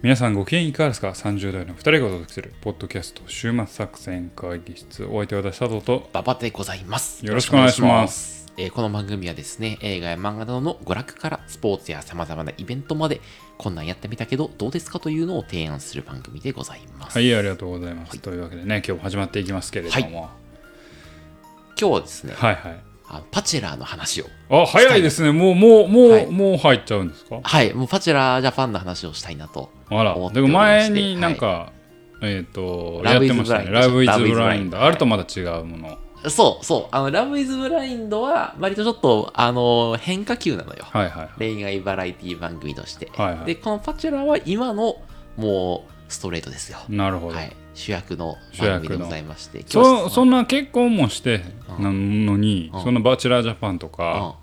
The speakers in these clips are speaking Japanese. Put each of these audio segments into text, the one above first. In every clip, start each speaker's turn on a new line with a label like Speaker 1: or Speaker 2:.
Speaker 1: 皆さんご機嫌いかがですか ?30 代の2人がお届けする、ポッドキャスト、週末作戦会議室、お相手は私、佐藤と、
Speaker 2: ババでございます。。
Speaker 1: よろしくお願いします
Speaker 2: えーこの番組はですね、映画や漫画などの娯楽からスポーツや様々なイベントまで、こんなんやってみたけど、どうですかというのを提案する番組でございます。
Speaker 1: はい、ありがとうございます。というわけでね、今日も始まっていきますけれども、
Speaker 2: 今日はですね、
Speaker 1: はい、はい。
Speaker 2: あパチェラーの話を、
Speaker 1: あ、早いですね。もう、もう、もう、
Speaker 2: はい
Speaker 1: もう入っちゃうんですか
Speaker 2: はい、もうパチェラージャパンの話をしたいなと。
Speaker 1: あら
Speaker 2: 思、っ
Speaker 1: で
Speaker 2: て
Speaker 1: も
Speaker 2: おりまして
Speaker 1: 前になんか、えっ、と、やっ
Speaker 2: Love
Speaker 1: てましたね。
Speaker 2: is Blind
Speaker 1: ラブイズ
Speaker 2: Love is
Speaker 1: ブライン
Speaker 2: Blind
Speaker 1: ド。あれとまた違うもの。
Speaker 2: そうそう、あの、ラブイズブラインドは、割とちょっと、あの、変化球なのよ。
Speaker 1: はいはい。
Speaker 2: 恋愛バラエティ番組として。
Speaker 1: はいはい
Speaker 2: で、このパチェラーは今の、もう、ストレートですよ。
Speaker 1: なるほど。
Speaker 2: はい、主役の番組でございまして、今
Speaker 1: そ
Speaker 2: 日
Speaker 1: そんな結婚もして
Speaker 2: うん
Speaker 1: なのに、
Speaker 2: うん
Speaker 1: そのバチェラージャパンとか、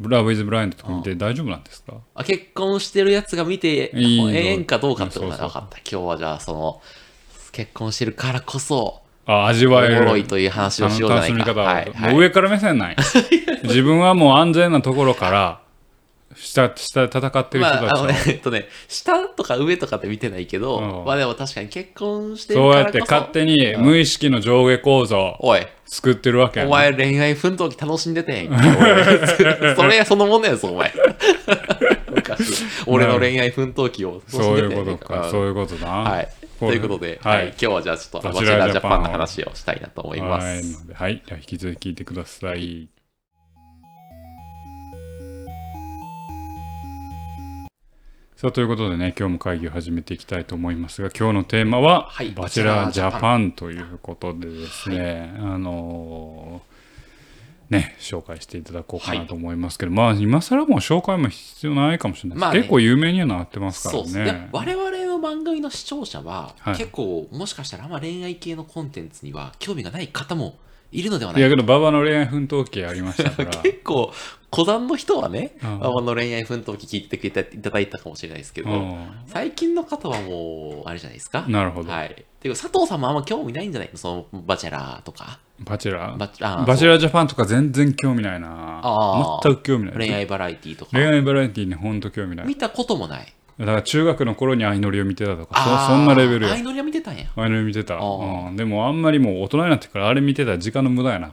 Speaker 2: う
Speaker 1: ラブイズブラインドとか見て大丈夫なんですか、
Speaker 2: ん、結婚してるやつが見て
Speaker 1: いいの
Speaker 2: ええんかどうかってこと
Speaker 1: う
Speaker 2: が
Speaker 1: んそうそう
Speaker 2: 分かった。今日はじゃあその結婚してるからこそ
Speaker 1: あ味
Speaker 2: おも
Speaker 1: わえる
Speaker 2: ろいという話をしようじゃ
Speaker 1: 楽
Speaker 2: な
Speaker 1: し
Speaker 2: い
Speaker 1: み
Speaker 2: か。
Speaker 1: 方は、
Speaker 2: はいはい
Speaker 1: もう上から目線 ない自分はもう安全なところから下下で戦ってる
Speaker 2: ま
Speaker 1: 人たちを、
Speaker 2: あ、あのね、えっとね、下とか上とかって見てないけど、
Speaker 1: うん
Speaker 2: まあでも確かに結婚してる
Speaker 1: そう
Speaker 2: から
Speaker 1: や
Speaker 2: こ
Speaker 1: っ
Speaker 2: そ、
Speaker 1: て勝手に無意識の上下構造を
Speaker 2: おい、
Speaker 1: 作ってるわけや
Speaker 2: お
Speaker 1: ね
Speaker 2: 前恋愛奮闘期楽しんで てんやんけ。俺それそのものやぞ、お前。 昔俺の恋愛奮闘期を楽し
Speaker 1: そ
Speaker 2: ん
Speaker 1: う
Speaker 2: で
Speaker 1: い
Speaker 2: て
Speaker 1: うん
Speaker 2: や
Speaker 1: こ
Speaker 2: んけ
Speaker 1: とか、
Speaker 2: うん
Speaker 1: そういうことだ
Speaker 2: はい。ということで、
Speaker 1: は
Speaker 2: はいい、今日はじゃあちょっと
Speaker 1: バ
Speaker 2: バ
Speaker 1: チ
Speaker 2: チ
Speaker 1: ェ
Speaker 2: ェ
Speaker 1: ラ
Speaker 2: ラ
Speaker 1: ージ
Speaker 2: ージ
Speaker 1: ャ
Speaker 2: ャ
Speaker 1: パ
Speaker 2: パ
Speaker 1: ン
Speaker 2: ン
Speaker 1: の
Speaker 2: の話をしたいなと思いま
Speaker 1: はい
Speaker 2: す。
Speaker 1: のではいじゃあ引き続き聞いてくださいさあということでね今日も会議を始めていきたいと思いますが今日のテーマは、
Speaker 2: はい
Speaker 1: バチェラージャパンということでですね、あのーね紹介していただこうかなと思いますけど、まあ今更もう紹介も必要ないかもしれないです、
Speaker 2: まあね
Speaker 1: 結構有名にはなってますか
Speaker 2: そう
Speaker 1: ら
Speaker 2: ですね
Speaker 1: ね。
Speaker 2: 我々の番組の視聴者は、
Speaker 1: はい
Speaker 2: 結構もしかしたらあんま恋愛系のコンテンツには興味がない方もいるのではいない
Speaker 1: や
Speaker 2: いか
Speaker 1: けど馬場の恋愛奮闘記ありましたから
Speaker 2: 結構、古参の人はね、
Speaker 1: うん
Speaker 2: あの恋愛奮闘記聞いてくれたいただいたかもしれないですけど、
Speaker 1: う
Speaker 2: 最近の方はもう、あれじゃないですか。
Speaker 1: んなるほど、
Speaker 2: はい。ていうか、佐藤さんもあんま興味ないんじゃないのその、バチェラーとか、
Speaker 1: バチェラー
Speaker 2: バチあー
Speaker 1: バチェラージャパンとか全然興味ないな
Speaker 2: あー
Speaker 1: 全く興味ない
Speaker 2: 恋愛バラエティーとか
Speaker 1: 恋、愛バラエティーねほんと興味ない
Speaker 2: 見たこともない。
Speaker 1: だから中学の頃に相乗りを見てたとかそ
Speaker 2: あー
Speaker 1: そんなレベルよ
Speaker 2: アイドルは見てたんや。
Speaker 1: 相乗り見てた、
Speaker 2: あー
Speaker 1: うんでもあんまりもう大人になってからあれ見てたら時間の無駄や な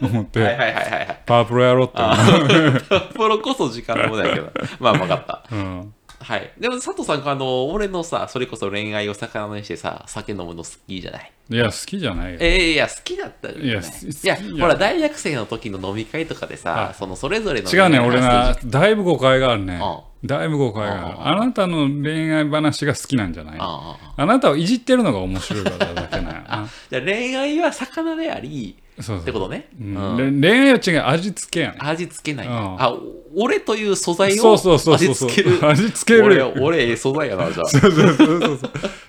Speaker 1: 思って、
Speaker 2: はいはいはい はい。
Speaker 1: パープロやろうって思う
Speaker 2: プロこそ時間もな いけど。まあ、分かった。
Speaker 1: うん
Speaker 2: はい。でも、佐藤さん、あの、俺のさ、それこそ恋愛を魚にしてさ、酒飲むの好きじゃない。
Speaker 1: いや好きじゃないよ
Speaker 2: ええいや、好きだったじゃない
Speaker 1: いや好き
Speaker 2: いや、
Speaker 1: 好き
Speaker 2: ほら、大学生の時の飲み会とか
Speaker 1: は
Speaker 2: で
Speaker 1: い
Speaker 2: さ、その、それぞれの。
Speaker 1: 違うね俺な。だいぶ誤解があるね
Speaker 2: う
Speaker 1: だいぶ誤解があるあなたの恋愛話が好きなんじゃないあ
Speaker 2: ああ。
Speaker 1: なたをいじってるのが面白いからだけなんや な
Speaker 2: じゃあ恋愛は魚であり、
Speaker 1: そうそう
Speaker 2: ってことね。
Speaker 1: うん
Speaker 2: うん
Speaker 1: れ恋愛は違う味付けやね
Speaker 2: 味付けない。
Speaker 1: うん
Speaker 2: あ、お俺という素材
Speaker 1: そ
Speaker 2: を
Speaker 1: うそうそうそう
Speaker 2: 味
Speaker 1: そう
Speaker 2: 付ける。
Speaker 1: 味付ける
Speaker 2: 俺、俺、ええ素材やな、じゃあ。
Speaker 1: そうそうそうそうそ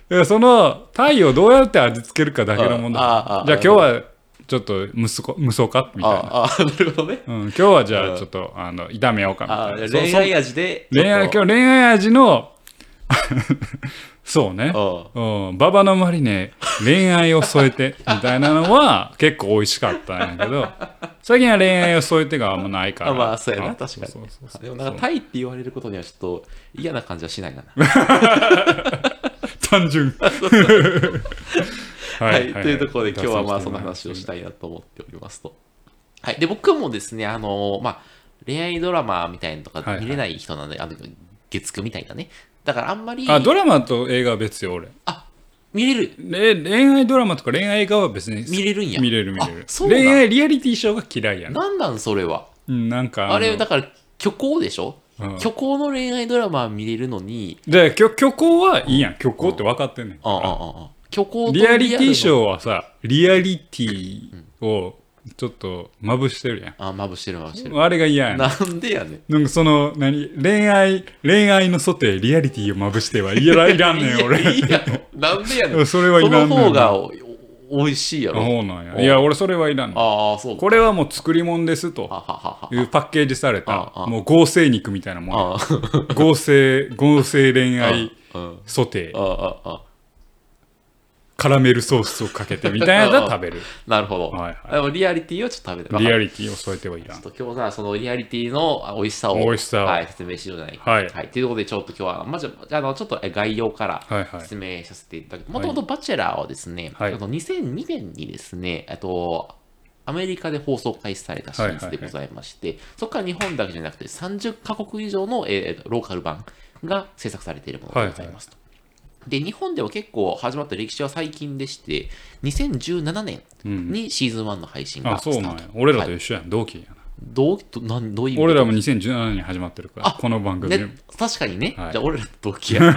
Speaker 1: ういやその太陽をどうやって味付けるかだけの問題じ
Speaker 2: あ
Speaker 1: ゃ
Speaker 2: あ
Speaker 1: あ
Speaker 2: あ
Speaker 1: 今日はちょっと無そ無そかみたいな、
Speaker 2: ああ、なるほどね。
Speaker 1: うん、今日はじゃあちょっとあの炒めようか
Speaker 2: あ
Speaker 1: みたいなそう
Speaker 2: 恋
Speaker 1: そう
Speaker 2: 愛味で。
Speaker 1: 恋愛
Speaker 2: ちょ
Speaker 1: 今日恋愛味の そうね
Speaker 2: っと
Speaker 1: うん馬場のマリネ恋愛を添えてみたいなのは結構美味しかったんやけど最近は恋愛を添えてがあんまないか
Speaker 2: うん。あ
Speaker 1: ら
Speaker 2: まあ、そうやな、確かに
Speaker 1: そうそうそ。う
Speaker 2: でも、なんか、タイって言われることには、ちょっと嫌な感じはしないな。
Speaker 1: 単純 は
Speaker 2: はい。というところで、今日はまあ、その話をした
Speaker 1: い
Speaker 2: いなと思っておりますと。はい。で、僕もですね、あの、まあ、恋愛ドラマみたいなのと
Speaker 1: はいは
Speaker 2: か
Speaker 1: い
Speaker 2: 見れない人なんで、あの、月9みたいなね。だから、あんまり、
Speaker 1: あドラマと映画は別よ俺
Speaker 2: あ見れる。
Speaker 1: れ恋愛ドラマとか恋愛映画は別に
Speaker 2: 見れるんや
Speaker 1: 見れる見れる
Speaker 2: あそうなん
Speaker 1: 恋愛リアリティショーが嫌いやな
Speaker 2: なんなん、それは。
Speaker 1: うんなんかの
Speaker 2: あれ、だから、虚構でしょ
Speaker 1: うん
Speaker 2: 虚構の恋愛ドラマは見れるのに、
Speaker 1: で虚虚構はいいやん虚構って分かってんねん
Speaker 2: ああ、ああ、あ虚構と
Speaker 1: リアリティシ
Speaker 2: ー。
Speaker 1: ョーはさリアリティをちょっとまぶしてるやん
Speaker 2: あ、まぶしてるまぶしてる。
Speaker 1: あれが嫌やん
Speaker 2: なんでやねん。
Speaker 1: なんかその何恋愛恋愛のソテーリアリティをまぶしてはいらいらんねん俺
Speaker 2: いやいやなんでやねん。
Speaker 1: それはいらんねん
Speaker 2: その方がおお美味しいや
Speaker 1: あ
Speaker 2: ろ。
Speaker 1: そうなんや
Speaker 2: お
Speaker 1: いや俺それはいらんねん
Speaker 2: ああ、そうか。
Speaker 1: これはもう作り物です
Speaker 2: は
Speaker 1: と
Speaker 2: ははは。
Speaker 1: いうパッケージされた
Speaker 2: ああ
Speaker 1: もう合成肉みたいなもん
Speaker 2: ああ、
Speaker 1: 合成合成恋愛
Speaker 2: うん。
Speaker 1: ソテー
Speaker 2: ああ、ああ。
Speaker 1: カラメルソースをかけてみたいなやつは食べる。
Speaker 2: なるほど。
Speaker 1: はいはい
Speaker 2: でもリアリティをちょっと食べてわか
Speaker 1: リア
Speaker 2: る
Speaker 1: リティを添えてはいらん。
Speaker 2: ちょっと今日はそのリアリティのあ美味しさを
Speaker 1: 美味しさを
Speaker 2: はい、説明しようじゃないか。
Speaker 1: はい
Speaker 2: ということで、ちょっと今日は、まず、じゃああの、ちょっとえ概要から
Speaker 1: はいはい
Speaker 2: 説明させていただく。もともとバチェラーはですね、
Speaker 1: はい
Speaker 2: あの2002年にですね、えっと、アメリカで放送開始されたシリーズでございまして、そこから日本だけじゃなくて30カ国以上の、えーローカル版が制作されているものでございますと。で、日本では結構始まった歴史は最近でして、2017年にシーズン1の配信が
Speaker 1: あ、
Speaker 2: スター
Speaker 1: そう
Speaker 2: ト。
Speaker 1: なんや。俺ら
Speaker 2: は
Speaker 1: と
Speaker 2: い
Speaker 1: 一緒やん。同期やな。
Speaker 2: どうどなんどういう意味で
Speaker 1: 俺らも2017年に始まってるから、
Speaker 2: あ
Speaker 1: この番組
Speaker 2: ね、確かにね、
Speaker 1: はい
Speaker 2: じゃあ俺らと 同期や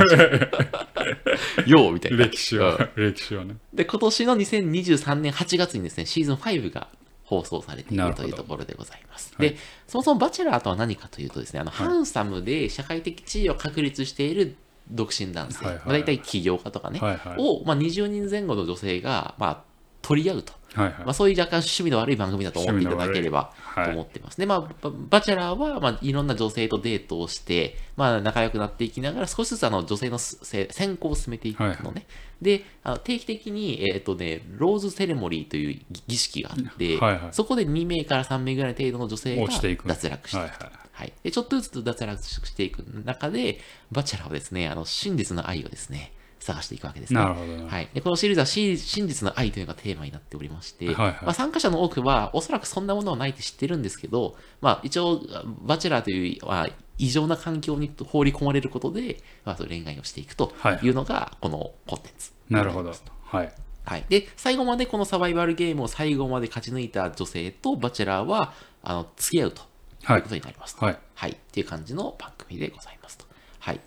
Speaker 2: ようみたいな。
Speaker 1: 歴史
Speaker 2: うん
Speaker 1: は、歴史はね。
Speaker 2: で、今年の2023年8月にですね、シーズン5が放送されてい
Speaker 1: な
Speaker 2: る
Speaker 1: るほど
Speaker 2: というところでございます。
Speaker 1: はい
Speaker 2: で、そもそもバチェラーとは何かというとですね、あの、ハンサムで社会的地位を確立している独身男性、
Speaker 1: はいはい
Speaker 2: まあ、大体起業家とかね、
Speaker 1: はいはい
Speaker 2: を、まあ、20人前後の女性が、まあ、取り合うと。
Speaker 1: はい
Speaker 2: まあ、
Speaker 1: は
Speaker 2: そういう若干趣味の悪い番組だと思っていただければ
Speaker 1: 趣味の悪い
Speaker 2: と思ってます。で、まあバ、バチェラーは、まあ、いろんな女性とデートをして、まあ、仲良くなっていきながら、少しずつあの女性のすせ選考を進めていくのね。
Speaker 1: はいは
Speaker 2: で、あの定期的に、えーっとね、ローズセレモリーという儀儀式があって、
Speaker 1: はいはい
Speaker 2: そこで2名から3名ぐらい程度の女性が
Speaker 1: 落ちていく
Speaker 2: 脱落し
Speaker 1: い。
Speaker 2: てい
Speaker 1: はい
Speaker 2: く。
Speaker 1: はい。
Speaker 2: はい、でちょっとずつ脱落していく中で、バチェラーはですね、あの真実の愛をですね、探していくわけですね。
Speaker 1: なるほどな
Speaker 2: はい、でこのシリーズは真真実の愛というのがテーマになっておりまして、
Speaker 1: はいはい
Speaker 2: まあ、参加者の多くは、おそらくそんなものはないって知ってるんですけど、まあ、一応、バチェラーという、まあ、異常な環境に放り込まれることで、まあ、そう恋愛をしていくというのが、このコンテンツ。
Speaker 1: なるほど。はい。
Speaker 2: はい、で最後までこのサバイバルゲームを最後まで勝ち抜いた女性とバチェラーはあの付き合うと
Speaker 1: はい
Speaker 2: いうことになりますと
Speaker 1: はい
Speaker 2: っていう感じの番組でございますと。はい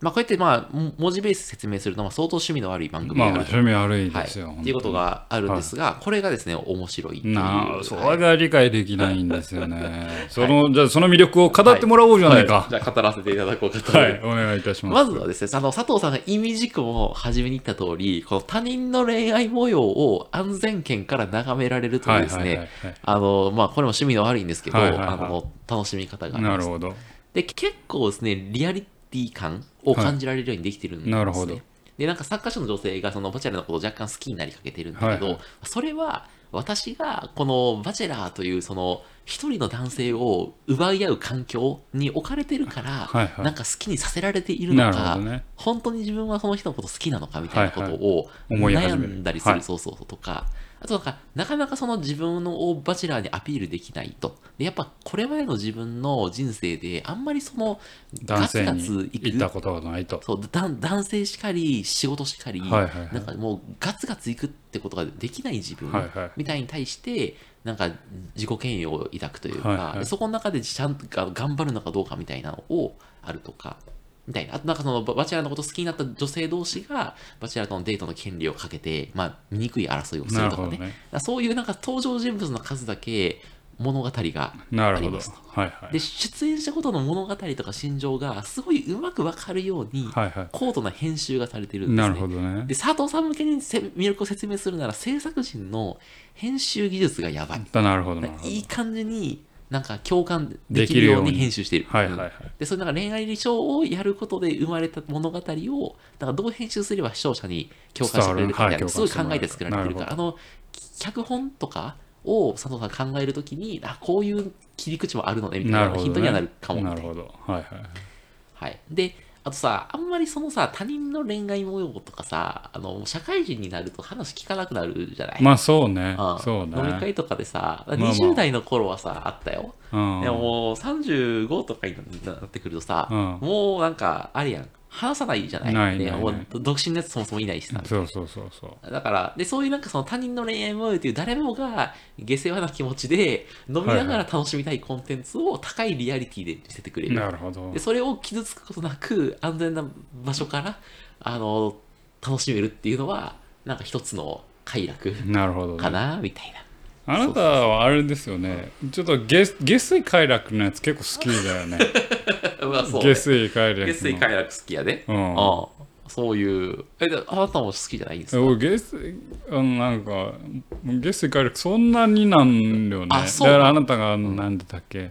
Speaker 2: まあ、こうやって、まあ、も文字ベースで説明するのは相当趣味の悪い番組で
Speaker 1: まあ、
Speaker 2: あると、
Speaker 1: 趣味悪い
Speaker 2: はい、
Speaker 1: ですよ。
Speaker 2: っていうことがあるんですが、これがですね面白いっていう
Speaker 1: なあ、そ
Speaker 2: は
Speaker 1: れ
Speaker 2: い
Speaker 1: が理解できないんですよね。その、じゃあその魅力を語ってもらおうじゃないか
Speaker 2: じ。ゃあ語らせていただこうかと思い
Speaker 1: は
Speaker 2: ます
Speaker 1: い、お願いいたします。
Speaker 2: まずはですね、あの、佐藤さんが意味軸も初めに言った通り、この他人の恋愛模様を安全圏から眺められるというです
Speaker 1: はいはい
Speaker 2: ね
Speaker 1: はいはい、
Speaker 2: あの、まあ、これも趣味の悪いんですけど、
Speaker 1: はいはいはい
Speaker 2: あの、楽しみ方があり
Speaker 1: な
Speaker 2: ま
Speaker 1: る
Speaker 2: す。
Speaker 1: ほど。
Speaker 2: で、結構ですね、リアリティ感を感じられるようにできてるんですね。
Speaker 1: はいなるほど
Speaker 2: で、なんか作家者の女性がそのバチェラーのことを若干好きになりかけてるんだけど、
Speaker 1: はいはい
Speaker 2: それは私がこのバチェラーというその一人の男性を奪い合う環境に置かれてるから、
Speaker 1: はいはい
Speaker 2: なんか好きにさせられているの
Speaker 1: な
Speaker 2: か、
Speaker 1: るほどね
Speaker 2: 本当に自分はその人のこと好きなのかみたいなことを
Speaker 1: はいはい思い
Speaker 2: 悩
Speaker 1: 始める
Speaker 2: んだりする、
Speaker 1: はい
Speaker 2: そうそうそうとか、あとなんか、なかなかその自分のバチェラーにアピールできないと。で、やっぱこれまでの自分の人生で、あんまりその、ガ
Speaker 1: 男
Speaker 2: ツ
Speaker 1: 性
Speaker 2: ガ
Speaker 1: に
Speaker 2: ツい
Speaker 1: 行
Speaker 2: く
Speaker 1: ったことがないと。
Speaker 2: そうだ男性しかり仕事しかり、
Speaker 1: はいはいはい
Speaker 2: なんかもうガツガツいくってことができない自分
Speaker 1: はいはい
Speaker 2: みたいに対して、なんか自己嫌悪を抱くというか、
Speaker 1: はいはい
Speaker 2: そこの中でちゃんと頑張るのかどうかみたいなのをあるとか。みたいなあとなんかそのババチェラーのこと好きになった女性同士がバチェラーとのデートの権利をかけて、まあ、醜い争いをす
Speaker 1: な
Speaker 2: る
Speaker 1: る
Speaker 2: と
Speaker 1: ほ
Speaker 2: か
Speaker 1: ど
Speaker 2: ね
Speaker 1: ね。
Speaker 2: だからそういうなんか登場人物の数だけ物語が
Speaker 1: なる
Speaker 2: あり
Speaker 1: ほど。
Speaker 2: ます
Speaker 1: はいは
Speaker 2: で
Speaker 1: い。
Speaker 2: 出演したことの物語とか心情がすごいうまくわかるように、
Speaker 1: はいは
Speaker 2: 高度な編集がされて
Speaker 1: い。
Speaker 2: るんです
Speaker 1: な
Speaker 2: ね。
Speaker 1: るほどね
Speaker 2: で。佐藤さん向けにせ魅力を説明するなら制作陣の編集技術がやばい。
Speaker 1: だなるほどなるほど。
Speaker 2: いい感じになんか共感できるように編集している。
Speaker 1: はいはいはい。
Speaker 2: でそれなんか恋愛理想をやることで生まれた物語をなんかどう編集すれば視聴者に共感してくれるかみたい
Speaker 1: 伝
Speaker 2: な
Speaker 1: わる
Speaker 2: すごい考えて作られてるから
Speaker 1: な
Speaker 2: あの脚本とかを佐藤さん考えるときにあこういう切り口もあるのねみたい
Speaker 1: な
Speaker 2: な
Speaker 1: るほど、ね。
Speaker 2: ヒントにはなるかもみたい
Speaker 1: な
Speaker 2: な
Speaker 1: るほど。はいはい。
Speaker 2: はい。で、あとさ、あんまりそのさ、他人の恋愛模様とかさ、あの、社会人になると話聞かなくなるじゃない、
Speaker 1: まあそうね
Speaker 2: うん。
Speaker 1: そうね。
Speaker 2: 飲み会とかでさ、
Speaker 1: あまあ
Speaker 2: 20代の頃はさ、あったよ。
Speaker 1: うん。
Speaker 2: でももう35とかになってくるとさ、
Speaker 1: うん
Speaker 2: もうなんか、あれやん、話さないじゃない
Speaker 1: ないない
Speaker 2: ね
Speaker 1: ない
Speaker 2: もう独身のやつそもそもいないしさ。
Speaker 1: そうそうそうそう。
Speaker 2: だから、で、そういうなんかその他人の恋愛模様という誰もが下世話な気持ちで飲みながら楽しみたいコンテンツを高いリアリティで見せてくれる。
Speaker 1: なるほど
Speaker 2: で。それを傷つくことなく安全な場所からあの楽しめるっていうのはなんか一つの快楽
Speaker 1: なるほど、
Speaker 2: か
Speaker 1: ね。
Speaker 2: なみたいな。
Speaker 1: あなたはあれですよね。ちょっと下下水快楽のやつ結構好きだよね。
Speaker 2: まあ そう
Speaker 1: 下
Speaker 2: ね
Speaker 1: 水快楽の。
Speaker 2: 下水快楽好きやで。
Speaker 1: う
Speaker 2: うん
Speaker 1: ん。
Speaker 2: そういう。え、であなたも好きじゃないんですか
Speaker 1: 俺下水あのなんか下水火力そんなになんよね
Speaker 2: あ
Speaker 1: だ
Speaker 2: そう
Speaker 1: からあなたがあのなんでだっけ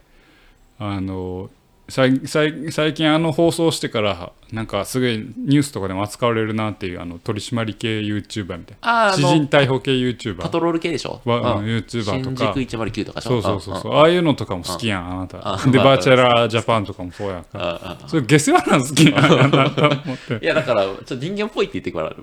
Speaker 1: あの最最最近あの放送してからなんかすごいニュースとかでも扱われるなっていうあの取締り系 YouTuber みたい
Speaker 2: あー
Speaker 1: な
Speaker 2: あ
Speaker 1: 知
Speaker 2: の
Speaker 1: 人逮捕系
Speaker 2: パ
Speaker 1: YouTuber
Speaker 2: トロール系でしょ
Speaker 1: わ
Speaker 2: う
Speaker 1: う
Speaker 2: ん
Speaker 1: ん YouTuber と
Speaker 2: 新
Speaker 1: か
Speaker 2: 宿109とかでし
Speaker 1: そ
Speaker 2: ょ
Speaker 1: うそうそうそううああいうのとかも好きやんあなた
Speaker 2: うん
Speaker 1: で
Speaker 2: うん
Speaker 1: バーチャルジャパンとかもそうやん
Speaker 2: ん
Speaker 1: か
Speaker 2: うんうんうん
Speaker 1: そういう下世話なん好き やんあなた思って
Speaker 2: いや、だから、ちょっと人間っぽいって言ってく れる。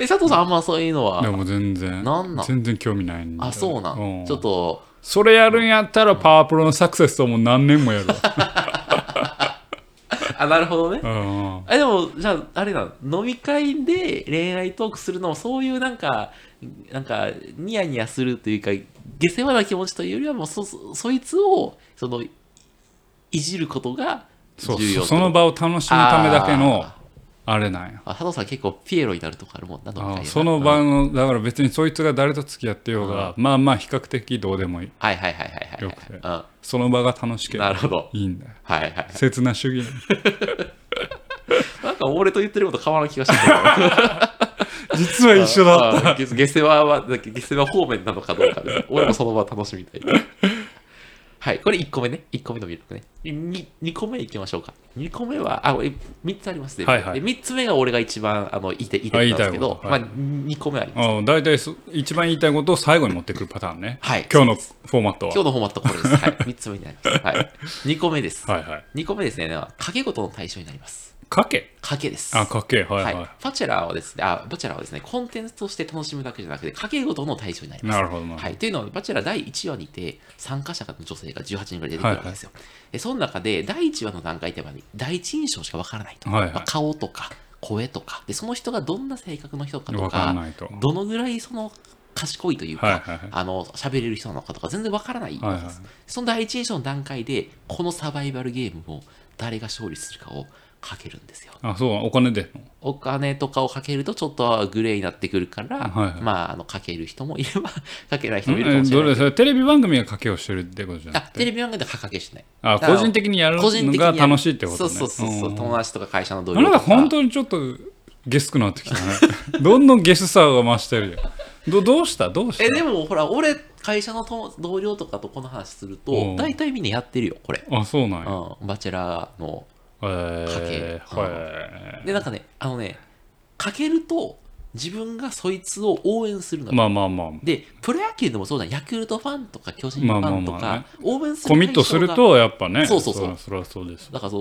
Speaker 2: え、佐藤さん、あんまそういうの
Speaker 1: で
Speaker 2: は、
Speaker 1: も全然
Speaker 2: なんなん
Speaker 1: 全然興味ないんだよ
Speaker 2: あ、そうなん、
Speaker 1: ん
Speaker 2: ちょっと、
Speaker 1: それやるんやったらパワープロのサクセスともう何年もやるわ
Speaker 2: あ、なるほどね。
Speaker 1: うんうん
Speaker 2: え、でも、じゃあ、あれなの、飲み会で恋愛トークするのも、そういうなんか、なんか、ニヤニヤするというか、下世話な気持ちというよりは、もうそ、そそいつを、その、いじることが
Speaker 1: そ
Speaker 2: 重要
Speaker 1: うそうその場を楽しむためだけのあれなんや
Speaker 2: あ佐藤さん、結構、ピエロになるとかあるもんな、飲み会
Speaker 1: あ
Speaker 2: な
Speaker 1: その
Speaker 2: うん
Speaker 1: 場のだから別にそいつが誰と付き合ってようがまあまあ比較的どうでもいい
Speaker 2: はいはいはいはいはいはい。
Speaker 1: よくて
Speaker 2: う
Speaker 1: その場が楽しけれ
Speaker 2: ん。
Speaker 1: ば
Speaker 2: なるほど。
Speaker 1: いいんだよ
Speaker 2: はいはいはい。
Speaker 1: 刹那主義 なの
Speaker 2: なんか俺と言ってること変わらん気がしてる。
Speaker 1: 実は一緒だ
Speaker 2: あー下世話は、だけ下世話方面なのかどうか で、俺もその場楽しみたい。はい、これ1個目ね。1個目の魅力ね。2, 二個目いきましょうか。2個目は、あ、3つありますね。
Speaker 1: はいはい
Speaker 2: で3つ目が俺が一番あの言いたい言いた
Speaker 1: あ
Speaker 2: い
Speaker 1: 言い
Speaker 2: ことな
Speaker 1: たい
Speaker 2: んですけど、
Speaker 1: ことはい
Speaker 2: まあ2個目あります。
Speaker 1: あ大体そ一番言いたいことを最後に持ってくるパターンね
Speaker 2: はい
Speaker 1: 今日のフォーマットは
Speaker 2: 今日のフォーマットこれです。はい、3つ目になります。はい、2個目です。
Speaker 1: はいはい
Speaker 2: 2個目ですね。では掛け事の対象になります。
Speaker 1: かけ
Speaker 2: 掛けです。
Speaker 1: あかけはいはい、
Speaker 2: はい、バチェラーはですね、あ、バチェラーはですね、コンテンツとして楽しむだけじゃなくて、掛け事の対象になります。
Speaker 1: なるほどなるほど
Speaker 2: はい、というのは、バチェラー第1話にて、参加者の女性が18人ぐらい出てくるわけですよ。でその中で、第1話の段階では、第一印象しかわからないと。
Speaker 1: はいはい
Speaker 2: まあ顔とか、声とかで、その人がどんな性格の人かと
Speaker 1: わ
Speaker 2: か、
Speaker 1: からないと
Speaker 2: どのぐらいその賢いというか、
Speaker 1: はいはいはい
Speaker 2: あの喋れる人なのかとか全然わからないんです、
Speaker 1: はいはい
Speaker 2: その第一印象の段階でこのサバイバルゲームを誰が勝利するかをかけるんですよ
Speaker 1: あそうお金で
Speaker 2: お金とかをかけるとちょっとグレーになってくるから、
Speaker 1: はいはい
Speaker 2: まああのかける人もいればかけない人もいるか
Speaker 1: え
Speaker 2: もしれ
Speaker 1: ど
Speaker 2: ない
Speaker 1: れそれテレビ番組がかけをしてるってことじゃな
Speaker 2: あ
Speaker 1: く
Speaker 2: テ
Speaker 1: て
Speaker 2: レビ番組ではかけしない
Speaker 1: あ
Speaker 2: だから
Speaker 1: 個人的にやる
Speaker 2: 個人
Speaker 1: の
Speaker 2: 的に
Speaker 1: が
Speaker 2: やる
Speaker 1: 楽しいってことね
Speaker 2: そうそうそうそう、
Speaker 1: ん
Speaker 2: 友達とか会社の同
Speaker 1: あな
Speaker 2: 僚
Speaker 1: た
Speaker 2: とか
Speaker 1: 本当にちょっとゲスくなって きたねどんどんゲスさが増してるよどどうしたどうした
Speaker 2: えでもほら俺会社のと同僚とかとこの話する
Speaker 1: う
Speaker 2: と
Speaker 1: ん
Speaker 2: 大体みんなやってるよこれ、
Speaker 1: あそうなん
Speaker 2: う
Speaker 1: や
Speaker 2: ん、バチェラーの
Speaker 1: え
Speaker 2: か
Speaker 1: ー
Speaker 2: け
Speaker 1: は
Speaker 2: でなんかねあのねかけると自分がそいつを応援するの
Speaker 1: い
Speaker 2: よ、
Speaker 1: まあまあまあ
Speaker 2: でプロ野球でもそうだヤクルトファンとか巨人ファンとか、
Speaker 1: まあまあまあね
Speaker 2: 応援する
Speaker 1: コミットす
Speaker 2: 対象
Speaker 1: る
Speaker 2: が
Speaker 1: とやっぱね
Speaker 2: そうそうそう
Speaker 1: らそれはそうです
Speaker 2: だからそ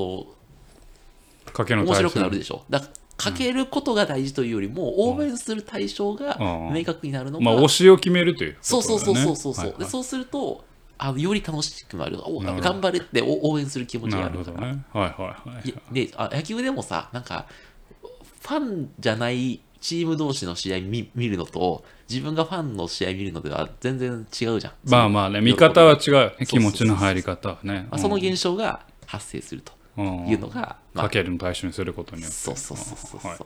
Speaker 2: の
Speaker 1: かけの
Speaker 2: 面
Speaker 1: 対
Speaker 2: 白
Speaker 1: 象
Speaker 2: くなるでしょだからかけることが大事というよりも、応援する対象が
Speaker 1: うん
Speaker 2: 明確になるのが、
Speaker 1: まあ推しを決めるということ
Speaker 2: そう
Speaker 1: だね、
Speaker 2: そうそうそうそうそう、
Speaker 1: はい
Speaker 2: で
Speaker 1: はい
Speaker 2: そうするとあより楽しくなるお
Speaker 1: なるほど
Speaker 2: 頑張れってお応援する気持ちが
Speaker 1: な
Speaker 2: あ
Speaker 1: る
Speaker 2: る
Speaker 1: ほ
Speaker 2: か
Speaker 1: ど
Speaker 2: ら
Speaker 1: ねはいはいはい
Speaker 2: いであ野球でもさなんかファンじゃないチーム同士の試合見見るのと自分がファンの試合見るのでは全然違うじゃん
Speaker 1: まあまあね見方は違うよね
Speaker 2: そうそうそう
Speaker 1: 気持ちの入り方はね
Speaker 2: まあその現象が発生すると
Speaker 1: うん
Speaker 2: いうのが、まあ
Speaker 1: かけるの対象にすることによって
Speaker 2: そうそうそうそうそう、
Speaker 1: はい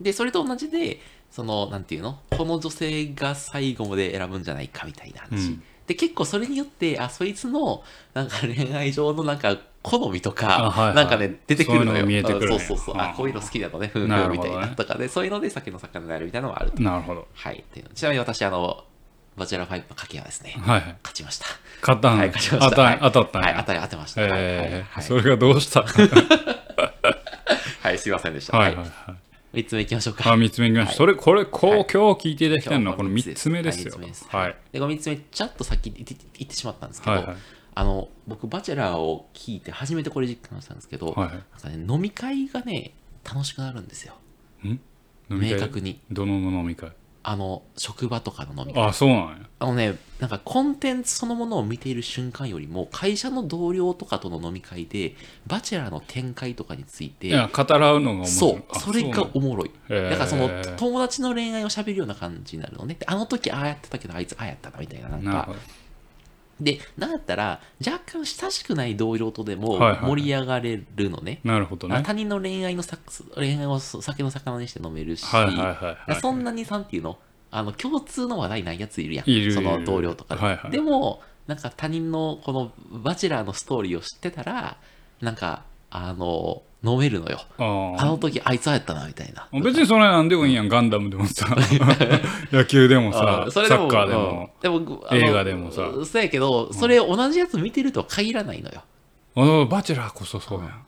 Speaker 2: でそれと同じでそのなんていうのこの女性が最後まで選ぶんじゃないかみたいな話、
Speaker 1: うん
Speaker 2: で結構それによってあそいつのなんか恋愛上のなんか好みとか、
Speaker 1: あはいはい
Speaker 2: なんかね出てくる
Speaker 1: そういうの
Speaker 2: のよ
Speaker 1: が見えてくるね
Speaker 2: あそうそうそうあ
Speaker 1: うん
Speaker 2: こういうの好きだとねふんふ
Speaker 1: なる
Speaker 2: ん
Speaker 1: ほ
Speaker 2: み
Speaker 1: ど
Speaker 2: た
Speaker 1: ね
Speaker 2: いなとかでそういうので酒の魚になるみたいなのもあると、
Speaker 1: なるほど
Speaker 2: はいっていうのちなみに私あのバチェラー5の賭けはですね
Speaker 1: はいはい
Speaker 2: 勝ちました
Speaker 1: 勝ったんや
Speaker 2: はい勝ちました
Speaker 1: 当た
Speaker 2: はい
Speaker 1: ん当たったん
Speaker 2: はい
Speaker 1: や
Speaker 2: 当たり当てました、はいはい
Speaker 1: え
Speaker 2: は
Speaker 1: ー
Speaker 2: い
Speaker 1: それがどうしたはい
Speaker 2: はいすいませんでした、
Speaker 1: はい
Speaker 2: は
Speaker 1: はいい
Speaker 2: 三つ目いきましょうか
Speaker 1: あ3つ目いきましたそれこれこう
Speaker 2: はい
Speaker 1: 今日聞いていただきたいのはこの
Speaker 2: 今日
Speaker 1: 3つ目ですよ
Speaker 2: はい三つ目
Speaker 1: はい
Speaker 2: で、この3つ目、ちょっとさっき言って言ってしまったんですけど、
Speaker 1: はいはい
Speaker 2: あの、僕、バチェラーを聞いて、初めてこれ実感したんですけど、
Speaker 1: はい
Speaker 2: なんかね、飲み会がね、楽しくなるんですよ。
Speaker 1: 飲み会
Speaker 2: 明確に
Speaker 1: どの飲み会
Speaker 2: あの、職場とかの飲み会。
Speaker 1: あそうなんや
Speaker 2: あのね、なんかコンテンツそのものを見ている瞬間よりも、会社の同僚とかとの飲み会で、バチェラーの展開とかについ
Speaker 1: い
Speaker 2: て、
Speaker 1: や語らうのが面白い
Speaker 2: そう、
Speaker 1: あ
Speaker 2: それが
Speaker 1: う
Speaker 2: おもろい。
Speaker 1: なんや
Speaker 2: だからその
Speaker 1: へー
Speaker 2: 友達の恋愛を喋るような感じになるのね。であの時ああやってたけど、あいつああやったなみたいな、なん
Speaker 1: なる
Speaker 2: か
Speaker 1: ほ、ど
Speaker 2: で、なんだったら、若干親しくない同僚とでも
Speaker 1: はいはいはい
Speaker 2: 盛り上がれるのね。
Speaker 1: なるほどね
Speaker 2: 他人の恋愛のさ恋愛を酒の魚にして飲めるし、
Speaker 1: はいはいはいはい
Speaker 2: そんなにさんっていうの、あの共通の話題ないやついるやん、
Speaker 1: いる
Speaker 2: そ
Speaker 1: い
Speaker 2: の
Speaker 1: る
Speaker 2: 同僚とかで。
Speaker 1: はいはい
Speaker 2: でも、なんか他人のこのバチェラーのストーリーを知ってたら、なんか、あの、飲めるのよ。
Speaker 1: ああ
Speaker 2: あの時あいつああやったな、みたいな。
Speaker 1: 別にそれなんでもいいやん、ガンダムでも さ野球でもさ
Speaker 2: う
Speaker 1: サ
Speaker 2: んそれでも
Speaker 1: ッカーでも、
Speaker 2: うんでもあの
Speaker 1: 映画でもさ
Speaker 2: そうやけど、それ同じやつ見てるとは限らないのよ。
Speaker 1: あのバチェラーこそそうやん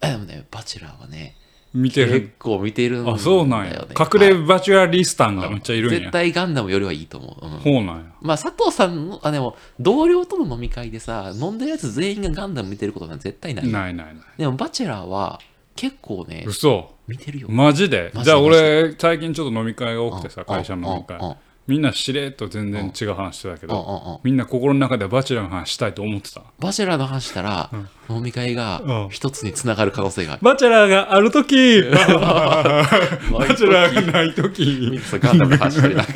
Speaker 2: あでもね、バチェラーはね、
Speaker 1: 見てる
Speaker 2: 結構見てるんだよ、
Speaker 1: あ
Speaker 2: ね。
Speaker 1: そうなんや隠
Speaker 2: は
Speaker 1: れ
Speaker 2: い
Speaker 1: バチェラーリスタンがめっちゃいるん
Speaker 2: 絶
Speaker 1: や
Speaker 2: 対ガンダムよりはいいと思う。うん
Speaker 1: ほうなんや
Speaker 2: まあ、佐藤さんの、あ、でも、同僚との飲み会でさ、飲んでるやつ全員がガンダム見てることなんて絶対ない。
Speaker 1: ないないない
Speaker 2: でも、バチェラーは結構ね、
Speaker 1: 嘘
Speaker 2: 見てるよ。
Speaker 1: マジで
Speaker 2: マ
Speaker 1: じ
Speaker 2: ジで
Speaker 1: ゃあ俺最近ちょっと飲み会が多くて
Speaker 2: う
Speaker 1: さ
Speaker 2: ん
Speaker 1: 会社の飲み
Speaker 2: うんうん
Speaker 1: 会みんなしれっと全然違う話してたけ
Speaker 2: うん
Speaker 1: ど
Speaker 2: うんうん
Speaker 1: みんな心の中ではバチェラーの話したいと思ってた
Speaker 2: バチェラーの話したら、飲み会が
Speaker 1: うん
Speaker 2: 一つにつながる可能性がある。
Speaker 1: バチェラーがある 時バチェラーがない
Speaker 2: みん
Speaker 1: 時
Speaker 2: なガンダムの話してるなんか。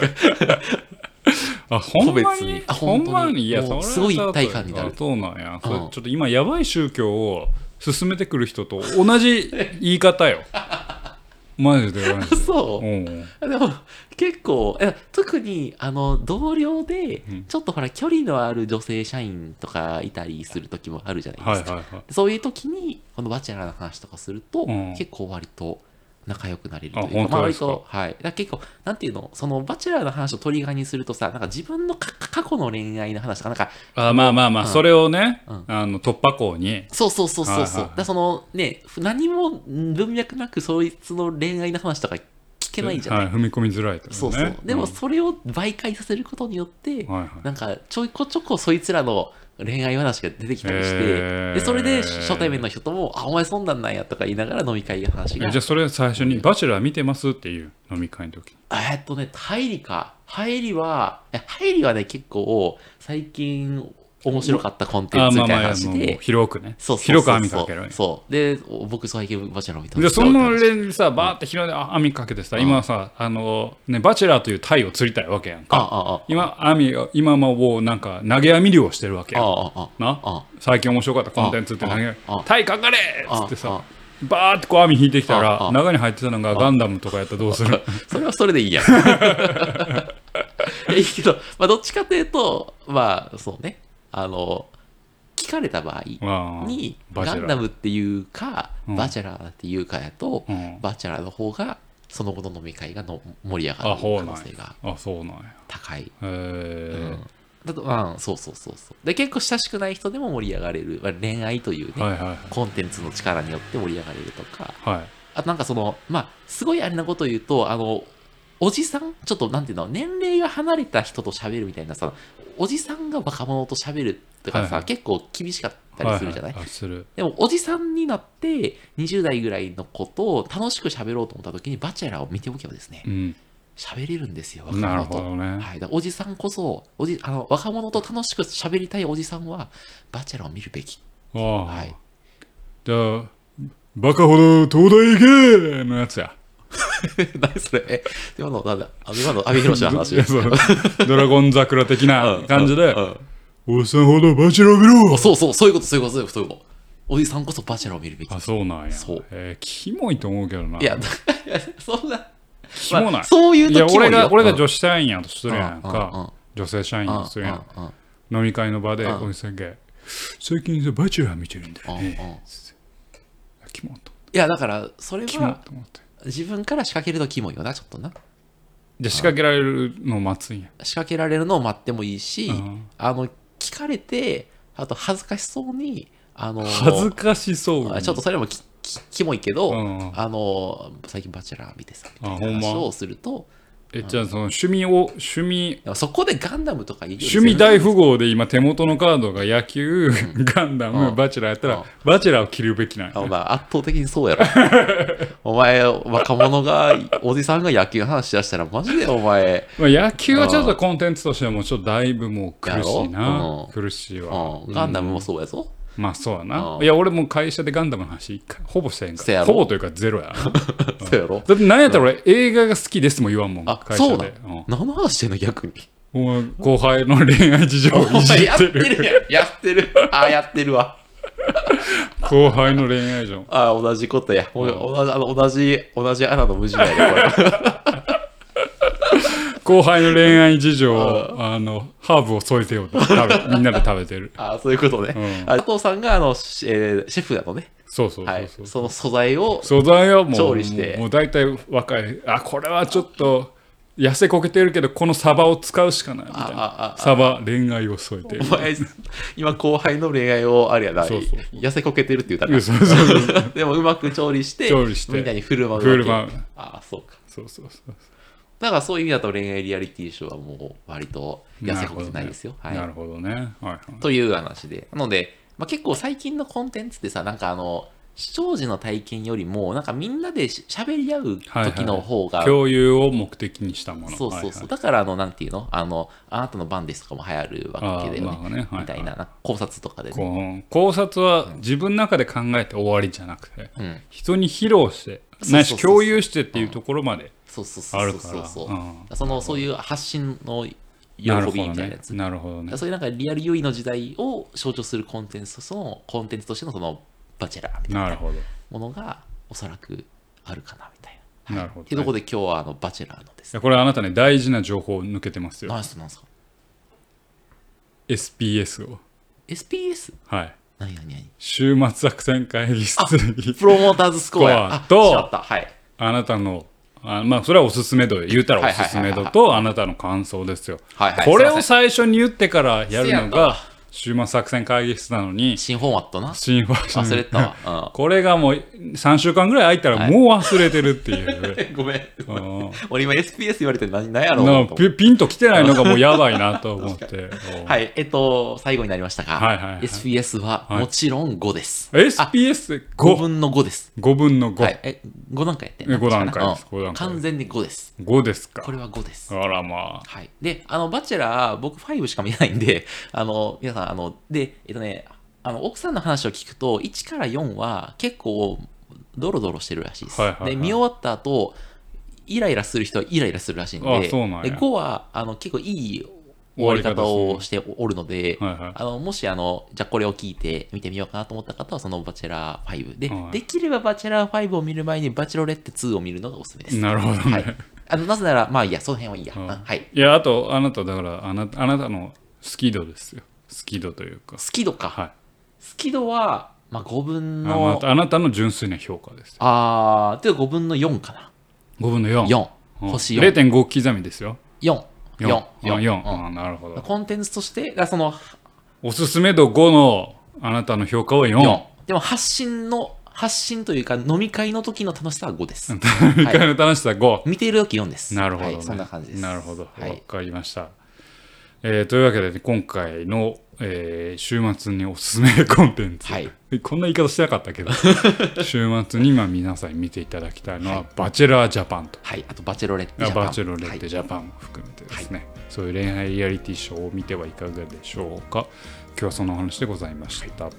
Speaker 1: あほんま
Speaker 2: 個別に
Speaker 1: に
Speaker 2: あ
Speaker 1: ほんま
Speaker 2: 本当に
Speaker 1: にいやそれ
Speaker 2: もう
Speaker 1: はさ
Speaker 2: すごい一体感になる
Speaker 1: あそうなんやそれ
Speaker 2: うん
Speaker 1: ちょっと今やばい宗教を進めてくる人と同じ言い方 よマジでマジで
Speaker 2: そう。
Speaker 1: うん
Speaker 2: でも結構いや特にあの同僚で
Speaker 1: ん
Speaker 2: ちょっとほら距離のある女性社員とかいたりする時もあるじゃないで
Speaker 1: はい
Speaker 2: す
Speaker 1: はい
Speaker 2: か、
Speaker 1: はい
Speaker 2: そういう時にこのバチェラーの話とかすると、
Speaker 1: うん
Speaker 2: 結構割と仲良くなれるという
Speaker 1: あ
Speaker 2: か
Speaker 1: 本
Speaker 2: まあ
Speaker 1: 当で
Speaker 2: 割
Speaker 1: すか
Speaker 2: とはいだから結構なんていうのそのバチェラーの話をトリガーにするとさなんか自分のか過去の恋愛の話とかなんか
Speaker 1: あまあまあまあ、
Speaker 2: うん
Speaker 1: それをね、
Speaker 2: うん
Speaker 1: あの突破口に、
Speaker 2: そうそうそうそ
Speaker 1: は
Speaker 2: うそう、
Speaker 1: いはいはい
Speaker 2: だからそのね何も文脈なくそいつの恋愛の話とか聞けないじゃない
Speaker 1: はい、踏み込みづらいとかね。
Speaker 2: そうそう。でも
Speaker 1: ん
Speaker 2: それを媒介させることによって、
Speaker 1: はいはい
Speaker 2: なんかちょいこちょこそいつらの恋愛話が出てきたりして、
Speaker 1: へー
Speaker 2: でそれで初対面の人とも、あ、お前そんなんなんやとか言いながら飲み会話が
Speaker 1: えじゃあ、それ最初に、バチェラー見てますっていう飲み会の時
Speaker 2: えっとね、入りか。入りは、え入りはね、結構最近面白かったコンテンツみたいな話
Speaker 1: もう
Speaker 2: で、
Speaker 1: 広くね。
Speaker 2: そうそうそう
Speaker 1: 広く網
Speaker 2: そう
Speaker 1: かけるね。
Speaker 2: そう。で、お僕最近バチェラー見たん
Speaker 1: で、その
Speaker 2: よ
Speaker 1: 上にさ、バーって広いあ網かけてさ、今さ、あの、ね、バチェラーという鯛を釣りたいわけやん
Speaker 2: あ、
Speaker 1: か。
Speaker 2: あ、あ、
Speaker 1: 今、網を、今もうなんか、投げ網漁をしてるわけ
Speaker 2: あ、
Speaker 1: やん。
Speaker 2: あ、あ、
Speaker 1: な
Speaker 2: あ
Speaker 1: 最近面白かったコンテンツって投げ
Speaker 2: あああ
Speaker 1: タイかかれっつって
Speaker 2: あ
Speaker 1: さ
Speaker 2: あ
Speaker 1: バーってこう網引いてきた
Speaker 2: あ
Speaker 1: ら
Speaker 2: あ
Speaker 1: 中に入ってたのがガンダムとかやったらどうする
Speaker 2: それはそれでいいやん。いいけど、まあ、どっちかというと、まあ、そうね、あの、聞かれた場合
Speaker 1: ああ
Speaker 2: に、
Speaker 1: バチ
Speaker 2: ガ
Speaker 1: ェ
Speaker 2: ン
Speaker 1: ラ
Speaker 2: ダ
Speaker 1: ー
Speaker 2: ムっていうか、
Speaker 1: うん
Speaker 2: バチェラーっていうかやと、
Speaker 1: うん
Speaker 2: バチェラーの方が、その後の飲み会がの盛り上
Speaker 1: あ
Speaker 2: がる
Speaker 1: ほう
Speaker 2: 可
Speaker 1: な
Speaker 2: 能
Speaker 1: ん
Speaker 2: 性
Speaker 1: や
Speaker 2: が
Speaker 1: あそうなんや
Speaker 2: 高い。
Speaker 1: へ
Speaker 2: う
Speaker 1: え
Speaker 2: んだとまあ、そうそうそうそうで結構親しくない人でも盛り上がれる、まあ、恋愛というね、
Speaker 1: はいはい
Speaker 2: コンテンツの力によって盛り上がれるとか
Speaker 1: はい
Speaker 2: あとなんかその、まあ、すごいあれなこと言うと、あの、おじさんちょっとなんていうの年齢が離れた人と喋るみたいなさ、おじさんが若者と喋るとかさ、
Speaker 1: はいはい
Speaker 2: 結構厳しかった
Speaker 1: は
Speaker 2: り
Speaker 1: い
Speaker 2: するじゃない、
Speaker 1: はいあする
Speaker 2: でも、おじさんになって、20代ぐらいの子と楽しく喋ろうと思った時に、バチェラーを見ておけばですね
Speaker 1: う、ん
Speaker 2: 喋れるんですよ、若
Speaker 1: なる
Speaker 2: 者
Speaker 1: ほ
Speaker 2: と。
Speaker 1: どね
Speaker 2: はい、だからおじさんこそおじあの、若者と楽しく喋りたいおじさんは、バチェラーを見るべき。
Speaker 1: あ
Speaker 2: は
Speaker 1: あ
Speaker 2: い、
Speaker 1: じゃあバカほど東大行けのやつや
Speaker 2: 何それえ今の、なんだ、あ今の、阿部寛の話。
Speaker 1: いやそうドラゴン桜的な 感じで
Speaker 2: うんうん
Speaker 1: おっさんほどバチェラー見ろ
Speaker 2: そうそう、そういうこと、そういうこと、そういうことそういうこと。おじさんこそバチェラーを見るべき。
Speaker 1: あそうなんや
Speaker 2: そう
Speaker 1: えーキモいと思うけどない
Speaker 2: や、 そんな、
Speaker 1: キモ
Speaker 2: ま
Speaker 1: な
Speaker 2: あ
Speaker 1: い
Speaker 2: そういう
Speaker 1: いや
Speaker 2: 時も
Speaker 1: 俺が俺が
Speaker 2: 女
Speaker 1: 女子社員やとするやん
Speaker 2: うんうんうん
Speaker 1: か女性社員やとするやん
Speaker 2: うんうん
Speaker 1: 飲み会の場で
Speaker 2: うん
Speaker 1: おじさんが最近さバチェラー見てるんだよ
Speaker 2: うんうん
Speaker 1: ねつっていやキモっと
Speaker 2: いや、だから、それ
Speaker 1: キモ
Speaker 2: は
Speaker 1: っと思って
Speaker 2: 自分から仕掛けるとキモいよな、ちょっとな。
Speaker 1: じゃあ仕掛けられるのを待つんや
Speaker 2: 仕掛けられるのを待ってもいいし
Speaker 1: うん、
Speaker 2: あの、聞かれて、あと恥ずかしそうに、あの、
Speaker 1: 恥ずかしそう
Speaker 2: あ
Speaker 1: に
Speaker 2: ちょっとそれもききキモいけど、
Speaker 1: うん
Speaker 2: あの、最近バチェラー見てさ、みたい
Speaker 1: あほん
Speaker 2: な
Speaker 1: ま
Speaker 2: 話をすると、
Speaker 1: えじゃあその趣味を趣味
Speaker 2: でもそこでガンダムとか言うより
Speaker 1: 趣味大富豪で今手元のカードが野球、ガンダム、
Speaker 2: うん
Speaker 1: バチェラーやった
Speaker 2: うん
Speaker 1: らバチェラーを切るべきなんや
Speaker 2: あまあ圧倒的にそうやろ。 お前、若者が、おじさんが野球の話しだしたら、マジでお前、
Speaker 1: まあ野球はちょっとコンテンツとしてはもうちょっとだいぶもう苦しい
Speaker 2: や
Speaker 1: な
Speaker 2: ろうん
Speaker 1: 苦しいわ
Speaker 2: うん、ガンダムもそうやぞ。
Speaker 1: まあそうやな
Speaker 2: うん
Speaker 1: いや俺もう会社でガンダムの話一回ほぼしてへんか
Speaker 2: せや
Speaker 1: ら
Speaker 2: ろ
Speaker 1: ほぼというかゼロや
Speaker 2: そうやろ。
Speaker 1: だって何やったら俺映画が好きですも言わんもん
Speaker 2: あ、
Speaker 1: 会
Speaker 2: そ
Speaker 1: 社
Speaker 2: うな
Speaker 1: で
Speaker 2: ん。何の話してんの、逆に。
Speaker 1: うんお前後輩の恋愛事情 をいじ
Speaker 2: や
Speaker 1: っ
Speaker 2: って
Speaker 1: てる
Speaker 2: るやん。やってる。あ、やってるわ。
Speaker 1: 後輩の恋愛事情
Speaker 2: あ、同じことや。お同じ、あの同じ、同じ穴の無地やで、これ。
Speaker 1: 後輩の恋愛事情をあのハーブを添えてよって食べみんなで食べてる
Speaker 2: あ、そういうことね。
Speaker 1: う
Speaker 2: あ佐藤さんが、あの、しえーシェフなのね。
Speaker 1: そうそう
Speaker 2: は
Speaker 1: そう
Speaker 2: い
Speaker 1: そう、
Speaker 2: その素材を
Speaker 1: 素材はもう
Speaker 2: 調理して
Speaker 1: もう大体分かるあこれはちょっと痩せこけてるけどこのサバを使うしかないみたい
Speaker 2: あああ
Speaker 1: な
Speaker 2: あ
Speaker 1: サバ恋愛を添えてる
Speaker 2: お前今後輩の恋愛をあれやな
Speaker 1: そうそうそ
Speaker 2: 痩せこけてるって言っ た
Speaker 1: うんそうそう そう
Speaker 2: らでもうまく調理して
Speaker 1: 調理して
Speaker 2: みんなに振る舞うわけ
Speaker 1: 振る舞う
Speaker 2: ああそうか
Speaker 1: そうそうそう
Speaker 2: だからそういう意味だと恋愛リアリティショーはもう割と痩せこけてないですよ、はい
Speaker 1: なるほどね。はいはい。
Speaker 2: という話で。なので、まあ、結構最近のコンテンツってさ、なんかあの、視聴時の体験よりも、なんかみんなでし喋り合う
Speaker 1: はいはい
Speaker 2: 時の方が、
Speaker 1: 共有を目的にしたもの。
Speaker 2: そうそうそう。
Speaker 1: はい
Speaker 2: だから、あの、なんていうのあの、あなたの番ですとかも流行るわけだよね。
Speaker 1: あーまあねはいはい
Speaker 2: みたいな、なんか考察とかでね。
Speaker 1: はいこう考察は自分の中で考えて終わりじゃなくて、
Speaker 2: うん。
Speaker 1: 人に披露して、
Speaker 2: そうそうそう
Speaker 1: ないし共有してっていうところまで
Speaker 2: そうそうそ
Speaker 1: あ
Speaker 2: う
Speaker 1: る
Speaker 2: そう
Speaker 1: か
Speaker 2: そ
Speaker 1: ら。
Speaker 2: うそう。
Speaker 1: うん
Speaker 2: その、そういう発信の喜び
Speaker 1: なるほど
Speaker 2: みたいな
Speaker 1: ね
Speaker 2: や。つ。
Speaker 1: なるほど
Speaker 2: だか
Speaker 1: ね
Speaker 2: ら。そういうなんかリアル優位の時代を象徴するコンテンツとそのコンテンツとしてのそのバチェラーみたいな
Speaker 1: なるほ
Speaker 2: ものがおそらくあるかなみたい
Speaker 1: ど。
Speaker 2: な。
Speaker 1: なるほ
Speaker 2: というと
Speaker 1: ど
Speaker 2: こ
Speaker 1: ね。
Speaker 2: ろで今日はあのバチェラーのです
Speaker 1: い
Speaker 2: ね。
Speaker 1: やこれあなたね、大事な情報抜けてますよ。
Speaker 2: 何すなんですか
Speaker 1: SPS を。
Speaker 2: ?SPS?
Speaker 1: はい。
Speaker 2: 何何何
Speaker 1: 週末作戦会議室に
Speaker 2: プロモーターズスコア。あ、
Speaker 1: スコアと
Speaker 2: しまった。はい。
Speaker 1: あなたの、あまあ、それはおすすめ度、言うたらおすすめ度と、あなたの感想ですよ。
Speaker 2: はいはい
Speaker 1: これ
Speaker 2: すい
Speaker 1: を
Speaker 2: ま
Speaker 1: 最初に言ってからやるの
Speaker 2: せや
Speaker 1: が、週末作戦会議室なのに、
Speaker 2: 新フォーマットな。
Speaker 1: 新ファッシ
Speaker 2: 忘れ
Speaker 1: ョ
Speaker 2: てた わ。
Speaker 1: これがもう3週間ぐらい空いたらもう忘れてる っていう。
Speaker 2: うん。ごめん。
Speaker 1: うん
Speaker 2: 俺今 SPS 言われて何何やろう
Speaker 1: な
Speaker 2: と思っ
Speaker 1: ピ
Speaker 2: て
Speaker 1: ピンと来てないのがもうやばいなと思って。
Speaker 2: はい。えっと、最後になりましたが、
Speaker 1: はいはいはい
Speaker 2: SPS はもちろん5です。5
Speaker 1: SPS5
Speaker 2: 分の5です。
Speaker 1: 5分の5、
Speaker 2: はい。え、5段階やってんの
Speaker 1: え五段階です
Speaker 2: うん
Speaker 1: 五段階
Speaker 2: 完全に5です。
Speaker 1: 5ですか
Speaker 2: これは5で
Speaker 1: あ
Speaker 2: す。
Speaker 1: らまあ
Speaker 2: はい。で、あの、バチェラー、僕5しか見ないんで、あの、皆さん、あの、で、えっとね、あの、奥さんの話を聞くと、1から4は結構、ドロドロしてるらしいです。
Speaker 1: はいはいはい
Speaker 2: で、見終わった後、イライラする人はイライラするらしいんで、
Speaker 1: あそうなんや
Speaker 2: で5は、あの、結構いい終わり方をしておるので、
Speaker 1: はいはい
Speaker 2: あの、もし、あの、じゃあこれを聞いて見てみようかなと思った方は、そのバチェラー5で、
Speaker 1: はい
Speaker 2: できればバチェラー5を見る前に、バチェロレッテ2を見るのがおすすめです。
Speaker 1: なるほどね。
Speaker 2: はいあのなぜなら、まあいいや、その辺はいいや。
Speaker 1: うん
Speaker 2: あはい。
Speaker 1: いや、あと、あなた、だから、あなあなたの好き度ですよ。好き度というか。
Speaker 2: スキドか。
Speaker 1: はい。
Speaker 2: スキドは、まあ、5分
Speaker 1: あな
Speaker 2: の、
Speaker 1: たあなたの純粋な評価ですよ。
Speaker 2: あー、という5分の4かな。
Speaker 1: 5分の4。
Speaker 2: 4。
Speaker 1: うん
Speaker 2: 星4。
Speaker 1: 0.5刻みですよ。
Speaker 2: 4。
Speaker 1: 4。
Speaker 2: 4。
Speaker 1: あ
Speaker 2: 4。
Speaker 1: 4あなるほ
Speaker 2: うん
Speaker 1: ど。
Speaker 2: コンテンツとして、だその
Speaker 1: おすすめ度5のあなたの評価は4。
Speaker 2: 4。でも発信の、発信というか飲み会の時の楽しさは5です。
Speaker 1: 振り
Speaker 2: はい
Speaker 1: 返りの楽しさ5。
Speaker 2: 見ている時4です。
Speaker 1: なるほど、ね
Speaker 2: はいそんな感じです。
Speaker 1: なるほど。わ、
Speaker 2: はい。
Speaker 1: かりました。えーというわけで、今回の、えー週末におすすめコンテンツ、
Speaker 2: はい
Speaker 1: こんな言い方してなかった けど週末にまあ皆さんに見ていただきたいのは「バチェラージャパン」と。
Speaker 2: はい。あと、バチェロレッテジャパン。
Speaker 1: バチェロレッ
Speaker 2: は
Speaker 1: テ
Speaker 2: い
Speaker 1: ジャパンも含めてですね、そういう恋愛リアリティショーを見てはいかがでしょうか今日はそんなお話でございました、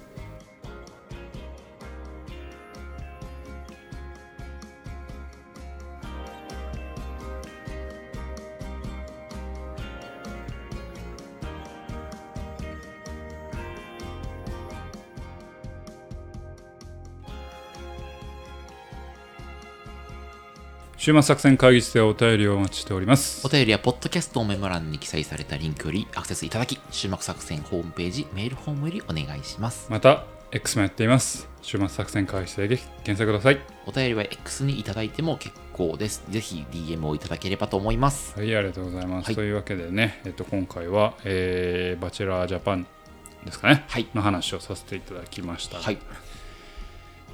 Speaker 1: 週末作戦会議室でお便りをお待ちしております
Speaker 2: お便りは、ポッドキャストのメモ欄に記載されたリンクよりアクセスいただき、週末作戦ホームページ、メールフォームよりお願いします。
Speaker 1: また X もやっています週末作戦会議室で検索ください
Speaker 2: お便りは X にいただいても結構です。ぜひ DM をいただければと思います。
Speaker 1: はいありがとうございます、
Speaker 2: はい
Speaker 1: というわけでね、えっと、今回は、えーバチェラージャパンですかね
Speaker 2: はい。
Speaker 1: の話をさせていただきました、
Speaker 2: はい。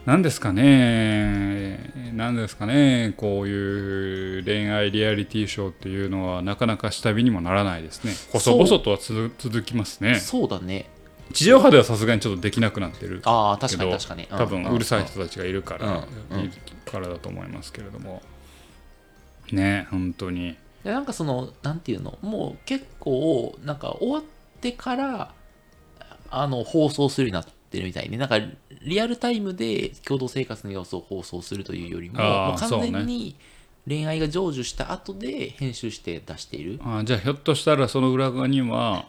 Speaker 1: なんですかね、なんですかね、こういう恋愛リアリティショーっていうのは、なかなか下火にもならないですね。細
Speaker 2: そう
Speaker 1: 々とは続続きますね。
Speaker 2: そうだね。
Speaker 1: 地上波ではさすがにちょっとできなくなってる
Speaker 2: ああ、
Speaker 1: け
Speaker 2: 確かに
Speaker 1: ど、
Speaker 2: 確かに。ん
Speaker 1: 多分うるさい。
Speaker 2: ん
Speaker 1: 人たちがいるから、
Speaker 2: うんうん
Speaker 1: いるからだと思いますけれども。ね、本当に。
Speaker 2: でなんかその、なんていうの、もう結構、なんか終わってから、あの、放送するようになってるみたいね。なんかリアルタイムで共同生活の様子を放送するというよりも、
Speaker 1: あー
Speaker 2: もう
Speaker 1: そう
Speaker 2: 完
Speaker 1: ね
Speaker 2: 全に恋愛が成就した後で編集して出している。
Speaker 1: あじゃあ、ひょっとしたらその裏側には、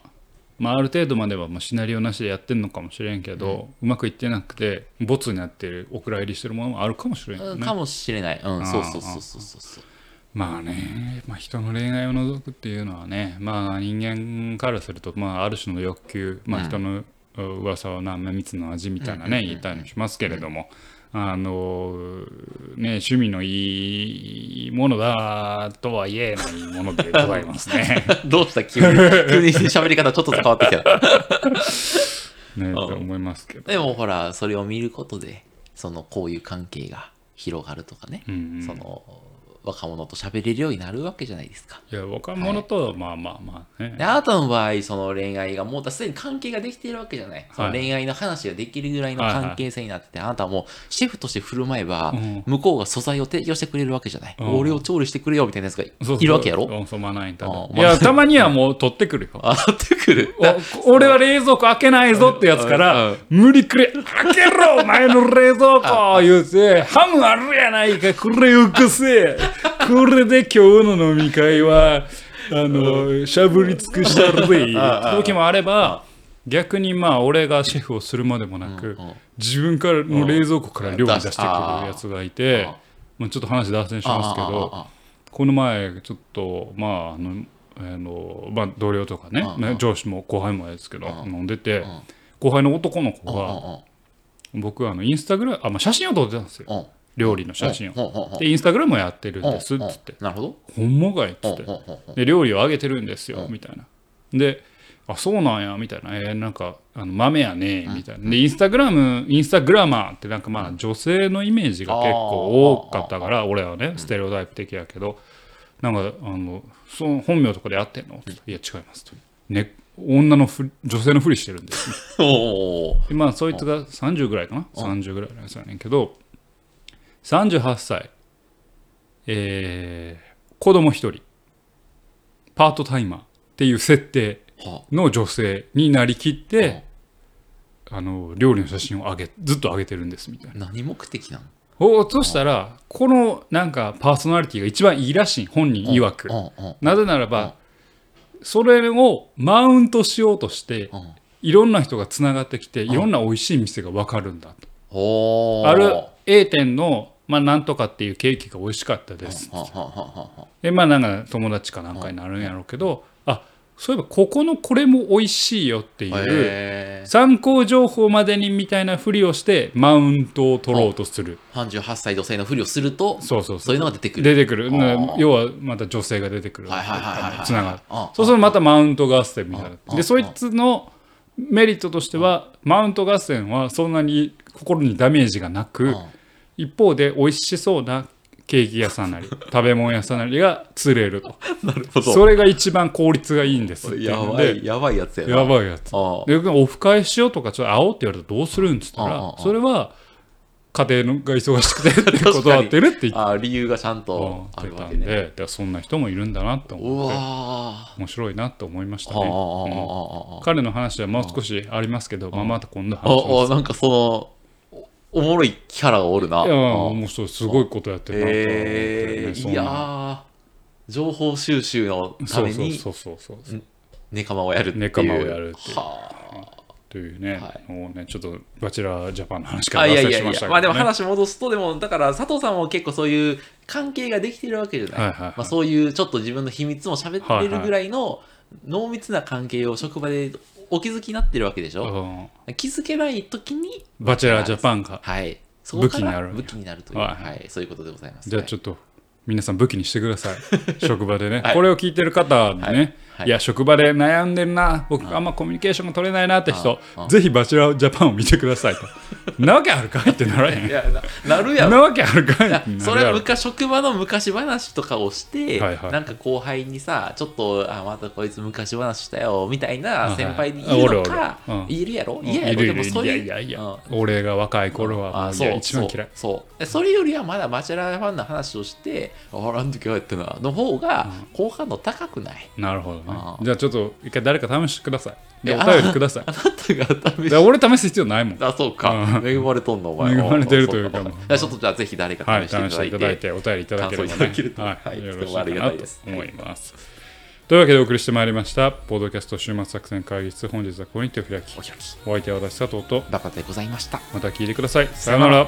Speaker 1: まあ、ある程度まではまあシナリオなしでやってるのかもしれんけど、うまくいってなくて、ボツになってる、お蔵入りしてるものもあるかもしれんよ
Speaker 2: うん
Speaker 1: ね。
Speaker 2: かもしれない。うん、そうそう
Speaker 1: あー
Speaker 2: そうそうそうそう。
Speaker 1: まあね、まあ、人の恋愛を除くっていうのはね、まあ、人間からすると、まあ、ある種の欲求、まあ、人の噂はな蜜の味みたいな
Speaker 2: うんうんう
Speaker 1: ね
Speaker 2: ん
Speaker 1: 言ったりもしますけれども、あのね趣味のいいものだとは言えないものでございますね。
Speaker 2: どうした急に、急に喋り方ちょっと変わってきた。
Speaker 1: ねと思いますけど。
Speaker 2: でもほら、それを見ることで、そのこういう関係が広がるとかね、
Speaker 1: うんうん
Speaker 2: その若者と喋れるようになるわけじゃないですか。
Speaker 1: いや若者と、まあまあまあ
Speaker 2: で
Speaker 1: ね。
Speaker 2: あなたの場合、その恋愛がもうすでに関係ができているわけじゃない。その恋愛の話ができるぐらいの関係性になってて、あなたはもうシェフとして振る舞えば
Speaker 1: うん、
Speaker 2: 向こうが素材を提供してくれるわけじゃない。
Speaker 1: うん
Speaker 2: 俺を調理してくれよみたいなやつが
Speaker 1: そうそう
Speaker 2: いるわけやろ
Speaker 1: そうそうまな板で
Speaker 2: あ
Speaker 1: いやたまにはもう取ってくるよ。
Speaker 2: あってくる。
Speaker 1: お俺は冷蔵庫開けないぞってやつから、無理くれ、開けろ、お前の冷蔵庫言うて、ハムあるやないか、これよこせ。これで今日の飲み会は、あの、しゃぶり尽くしたるぜ。時もあれば、逆にまあ、俺がシェフをするまでもなく
Speaker 2: うんうん、
Speaker 1: 自分からの冷蔵庫から料理出してくるやつがいて
Speaker 2: うん、
Speaker 1: まあちょっと話脱線しますけど、
Speaker 2: あ
Speaker 1: この前ちょっとまああのあのまあ同僚とかね
Speaker 2: うんうん
Speaker 1: 上司も後輩もですけど
Speaker 2: うん
Speaker 1: 飲んでて
Speaker 2: ん
Speaker 1: 後輩の男の
Speaker 2: あ
Speaker 1: 子
Speaker 2: あああ
Speaker 1: が僕あのインスタグラムあ、まあ、写真を撮ってたんですよ
Speaker 2: うんうんうん
Speaker 1: 料理の写真
Speaker 2: うん
Speaker 1: を
Speaker 2: うんうんうん
Speaker 1: でインスタグラムをやってるん
Speaker 2: うん
Speaker 1: ですっつって
Speaker 2: なるほど。
Speaker 1: 「ほんまかい」っつ
Speaker 2: うん
Speaker 1: っ
Speaker 2: うん
Speaker 1: て
Speaker 2: うんうん
Speaker 1: で料理をあげてるんですよ
Speaker 2: うん
Speaker 1: みたいなで「あそうなんや」みたいな「えーなんかあの豆やね」みたいなでインスタグラムインスタグラマーってなんかまあ女性のイメージが結構多かったから俺はねステレオタイプ的やけどなんかあのその本名とかでやってんの?」って言ったらいや違います」と。ね女のふり女性のふりしてるんです
Speaker 2: おー
Speaker 1: でまあそいつが30ぐらいかな30ぐらいのやつやねんけど38歳えー、子供一人パートタイマーっていう設定
Speaker 2: は
Speaker 1: の女性になりきって
Speaker 2: あ
Speaker 1: あの料理の写真をあげずっと上げてるんですみたいな
Speaker 2: 何目的なの
Speaker 1: おそしたらこのなんかパーソナリティが一番いいらしい本人曰く
Speaker 2: うんうん
Speaker 1: なぜならばそれをマウントしようとして
Speaker 2: うん
Speaker 1: いろんな人がつながってきていろんな美味しい店が分かるんだと。
Speaker 2: おー
Speaker 1: ある A 店の、まあ、なんとかっていうケーキが美味しかったです。
Speaker 2: ははははは
Speaker 1: でまあなんか友達かなんかになるんやろうけど、あそういえばここのこれも美味しいよっていう
Speaker 2: へー
Speaker 1: 参考情報までにみたいなふりをしてマウントを取ろうとする。
Speaker 2: 38歳女性のふりをすると、
Speaker 1: そうそう
Speaker 2: そ
Speaker 1: そう
Speaker 2: い
Speaker 1: う。
Speaker 2: うのが出てくる。
Speaker 1: 出てくる。
Speaker 2: あー
Speaker 1: 要はまた女性が出てくる。つ
Speaker 2: はいはいはいはいはい
Speaker 1: ながる。
Speaker 2: あ
Speaker 1: そうするとまたマウント合戦みたいな。
Speaker 2: あ
Speaker 1: で、
Speaker 2: あ
Speaker 1: そいつのメリットとしては、マウント合戦はそんなに心にダメージがなく、一方で美味しそうなケーキ屋さんな り食べ物屋さんなりが釣れると
Speaker 2: なるほ
Speaker 1: それが一番効率がいいんですっていう
Speaker 2: や
Speaker 1: の
Speaker 2: ば
Speaker 1: で
Speaker 2: い、やばいやつやな。
Speaker 1: やばいやつ
Speaker 2: あ
Speaker 1: でオフ会しようとかちょっと会おうって言われたらどうするんっつった
Speaker 2: うんうん
Speaker 1: ら
Speaker 2: うん
Speaker 1: それは家庭のが忙しくてって
Speaker 2: かに
Speaker 1: 断ってるって言って
Speaker 2: ああ、理由がちゃんとあ
Speaker 1: うん
Speaker 2: る
Speaker 1: 出た
Speaker 2: わ
Speaker 1: ん
Speaker 2: け
Speaker 1: で
Speaker 2: ね。
Speaker 1: だからそんな人もいるんだなと
Speaker 2: う
Speaker 1: 思
Speaker 2: わー
Speaker 1: って
Speaker 2: あ
Speaker 1: 面白いなと思いまし
Speaker 2: あ
Speaker 1: た
Speaker 2: ああああ
Speaker 1: ね
Speaker 2: ああ
Speaker 1: 彼の話はもう少しありますけどまあまた今度話し
Speaker 2: あ
Speaker 1: ま
Speaker 2: あ
Speaker 1: す
Speaker 2: なんかそのおおもろいキャラがおるない
Speaker 1: や面白いすごいことやってるなと思って
Speaker 2: え
Speaker 1: ね
Speaker 2: ー
Speaker 1: そん
Speaker 2: い
Speaker 1: な
Speaker 2: やー情報収集のた
Speaker 1: そう
Speaker 2: め
Speaker 1: そう
Speaker 2: に
Speaker 1: そうそうそう
Speaker 2: ネカマをやるっていう
Speaker 1: ネカマをやるっていう
Speaker 2: は
Speaker 1: というね、
Speaker 2: は
Speaker 1: もうねちょっとバチェラージャパンの話か
Speaker 2: ああ
Speaker 1: ら
Speaker 2: いや
Speaker 1: 脱線
Speaker 2: いや
Speaker 1: し
Speaker 2: い
Speaker 1: ましたけど、
Speaker 2: や
Speaker 1: ね、
Speaker 2: まあでも話戻すとでもだから佐藤さんも結構そういう関係ができてるわけじゃない,、
Speaker 1: はいはいはい
Speaker 2: まあ、そういうちょっと自分の秘密も喋ってるぐらいの濃密な関係を職場でお気づきになってるわけでしょ、
Speaker 1: うん
Speaker 2: 気づけない時に
Speaker 1: バチェラージャパンが
Speaker 2: はいそこ
Speaker 1: 武器
Speaker 2: か
Speaker 1: になる
Speaker 2: ら武器になるという、
Speaker 1: は
Speaker 2: はいいそういうことでございます
Speaker 1: じゃあち
Speaker 2: ょっ
Speaker 1: ょっと皆さん武器にしてくだ さい職場でね、
Speaker 2: はい
Speaker 1: これを聞いてる方でね、
Speaker 2: はい
Speaker 1: い
Speaker 2: はい
Speaker 1: や職場で悩んでるな僕あんまコミュニケーションが取れないなって人
Speaker 2: ああ
Speaker 1: ぜひバチェラージャパンを見てください となわけあるかいってならへん
Speaker 2: いやななるやろ
Speaker 1: なわけあるかいってなるやろ
Speaker 2: それは昔職場の昔話とかをして、
Speaker 1: はいはい
Speaker 2: なんか後輩にさちょっとあまたこいつ昔話したよみたい
Speaker 1: いは
Speaker 2: ない先輩に言うのか、
Speaker 1: おるおるうん
Speaker 2: いるやろ
Speaker 1: うん
Speaker 2: いや
Speaker 1: い
Speaker 2: やろ
Speaker 1: るいる
Speaker 2: でもそういう
Speaker 1: いやいやいや、
Speaker 2: うん
Speaker 1: 俺が若い頃はもういや一番嫌い
Speaker 2: そうそうでそれよりはまだバチェラーファンの話をしてあああの時はやったなの方が好感度高くない、
Speaker 1: なるほどね
Speaker 2: ああ
Speaker 1: じゃあちょっと一回誰か試してくださいで
Speaker 2: い
Speaker 1: お
Speaker 2: や
Speaker 1: 便りくだ さい
Speaker 2: あなたが試
Speaker 1: い
Speaker 2: し
Speaker 1: や俺試す必要ないもん。
Speaker 2: あそうか恵まれとんのお前
Speaker 1: 恵まれてるというか
Speaker 2: そうじゃあちょっとじゃあぜひ誰
Speaker 1: は
Speaker 2: か
Speaker 1: い、
Speaker 2: 試
Speaker 1: 試
Speaker 2: してい
Speaker 1: したて
Speaker 2: だ
Speaker 1: い
Speaker 2: い
Speaker 1: た
Speaker 2: て、
Speaker 1: だいて、お便りいただければ、
Speaker 2: 感想いた
Speaker 1: ね
Speaker 2: だけると
Speaker 1: は、
Speaker 2: はいい
Speaker 1: よろしい
Speaker 2: とてもあり
Speaker 1: か
Speaker 2: が
Speaker 1: な
Speaker 2: たい
Speaker 1: と
Speaker 2: です
Speaker 1: 思います。というわけでお送りしてまいりました、ポッドキャスト週末作戦会議室、本日はこれに手を開き
Speaker 2: お、開き
Speaker 1: お相手は私、佐藤と、
Speaker 2: バカでございました
Speaker 1: また聞いてください。さようなら。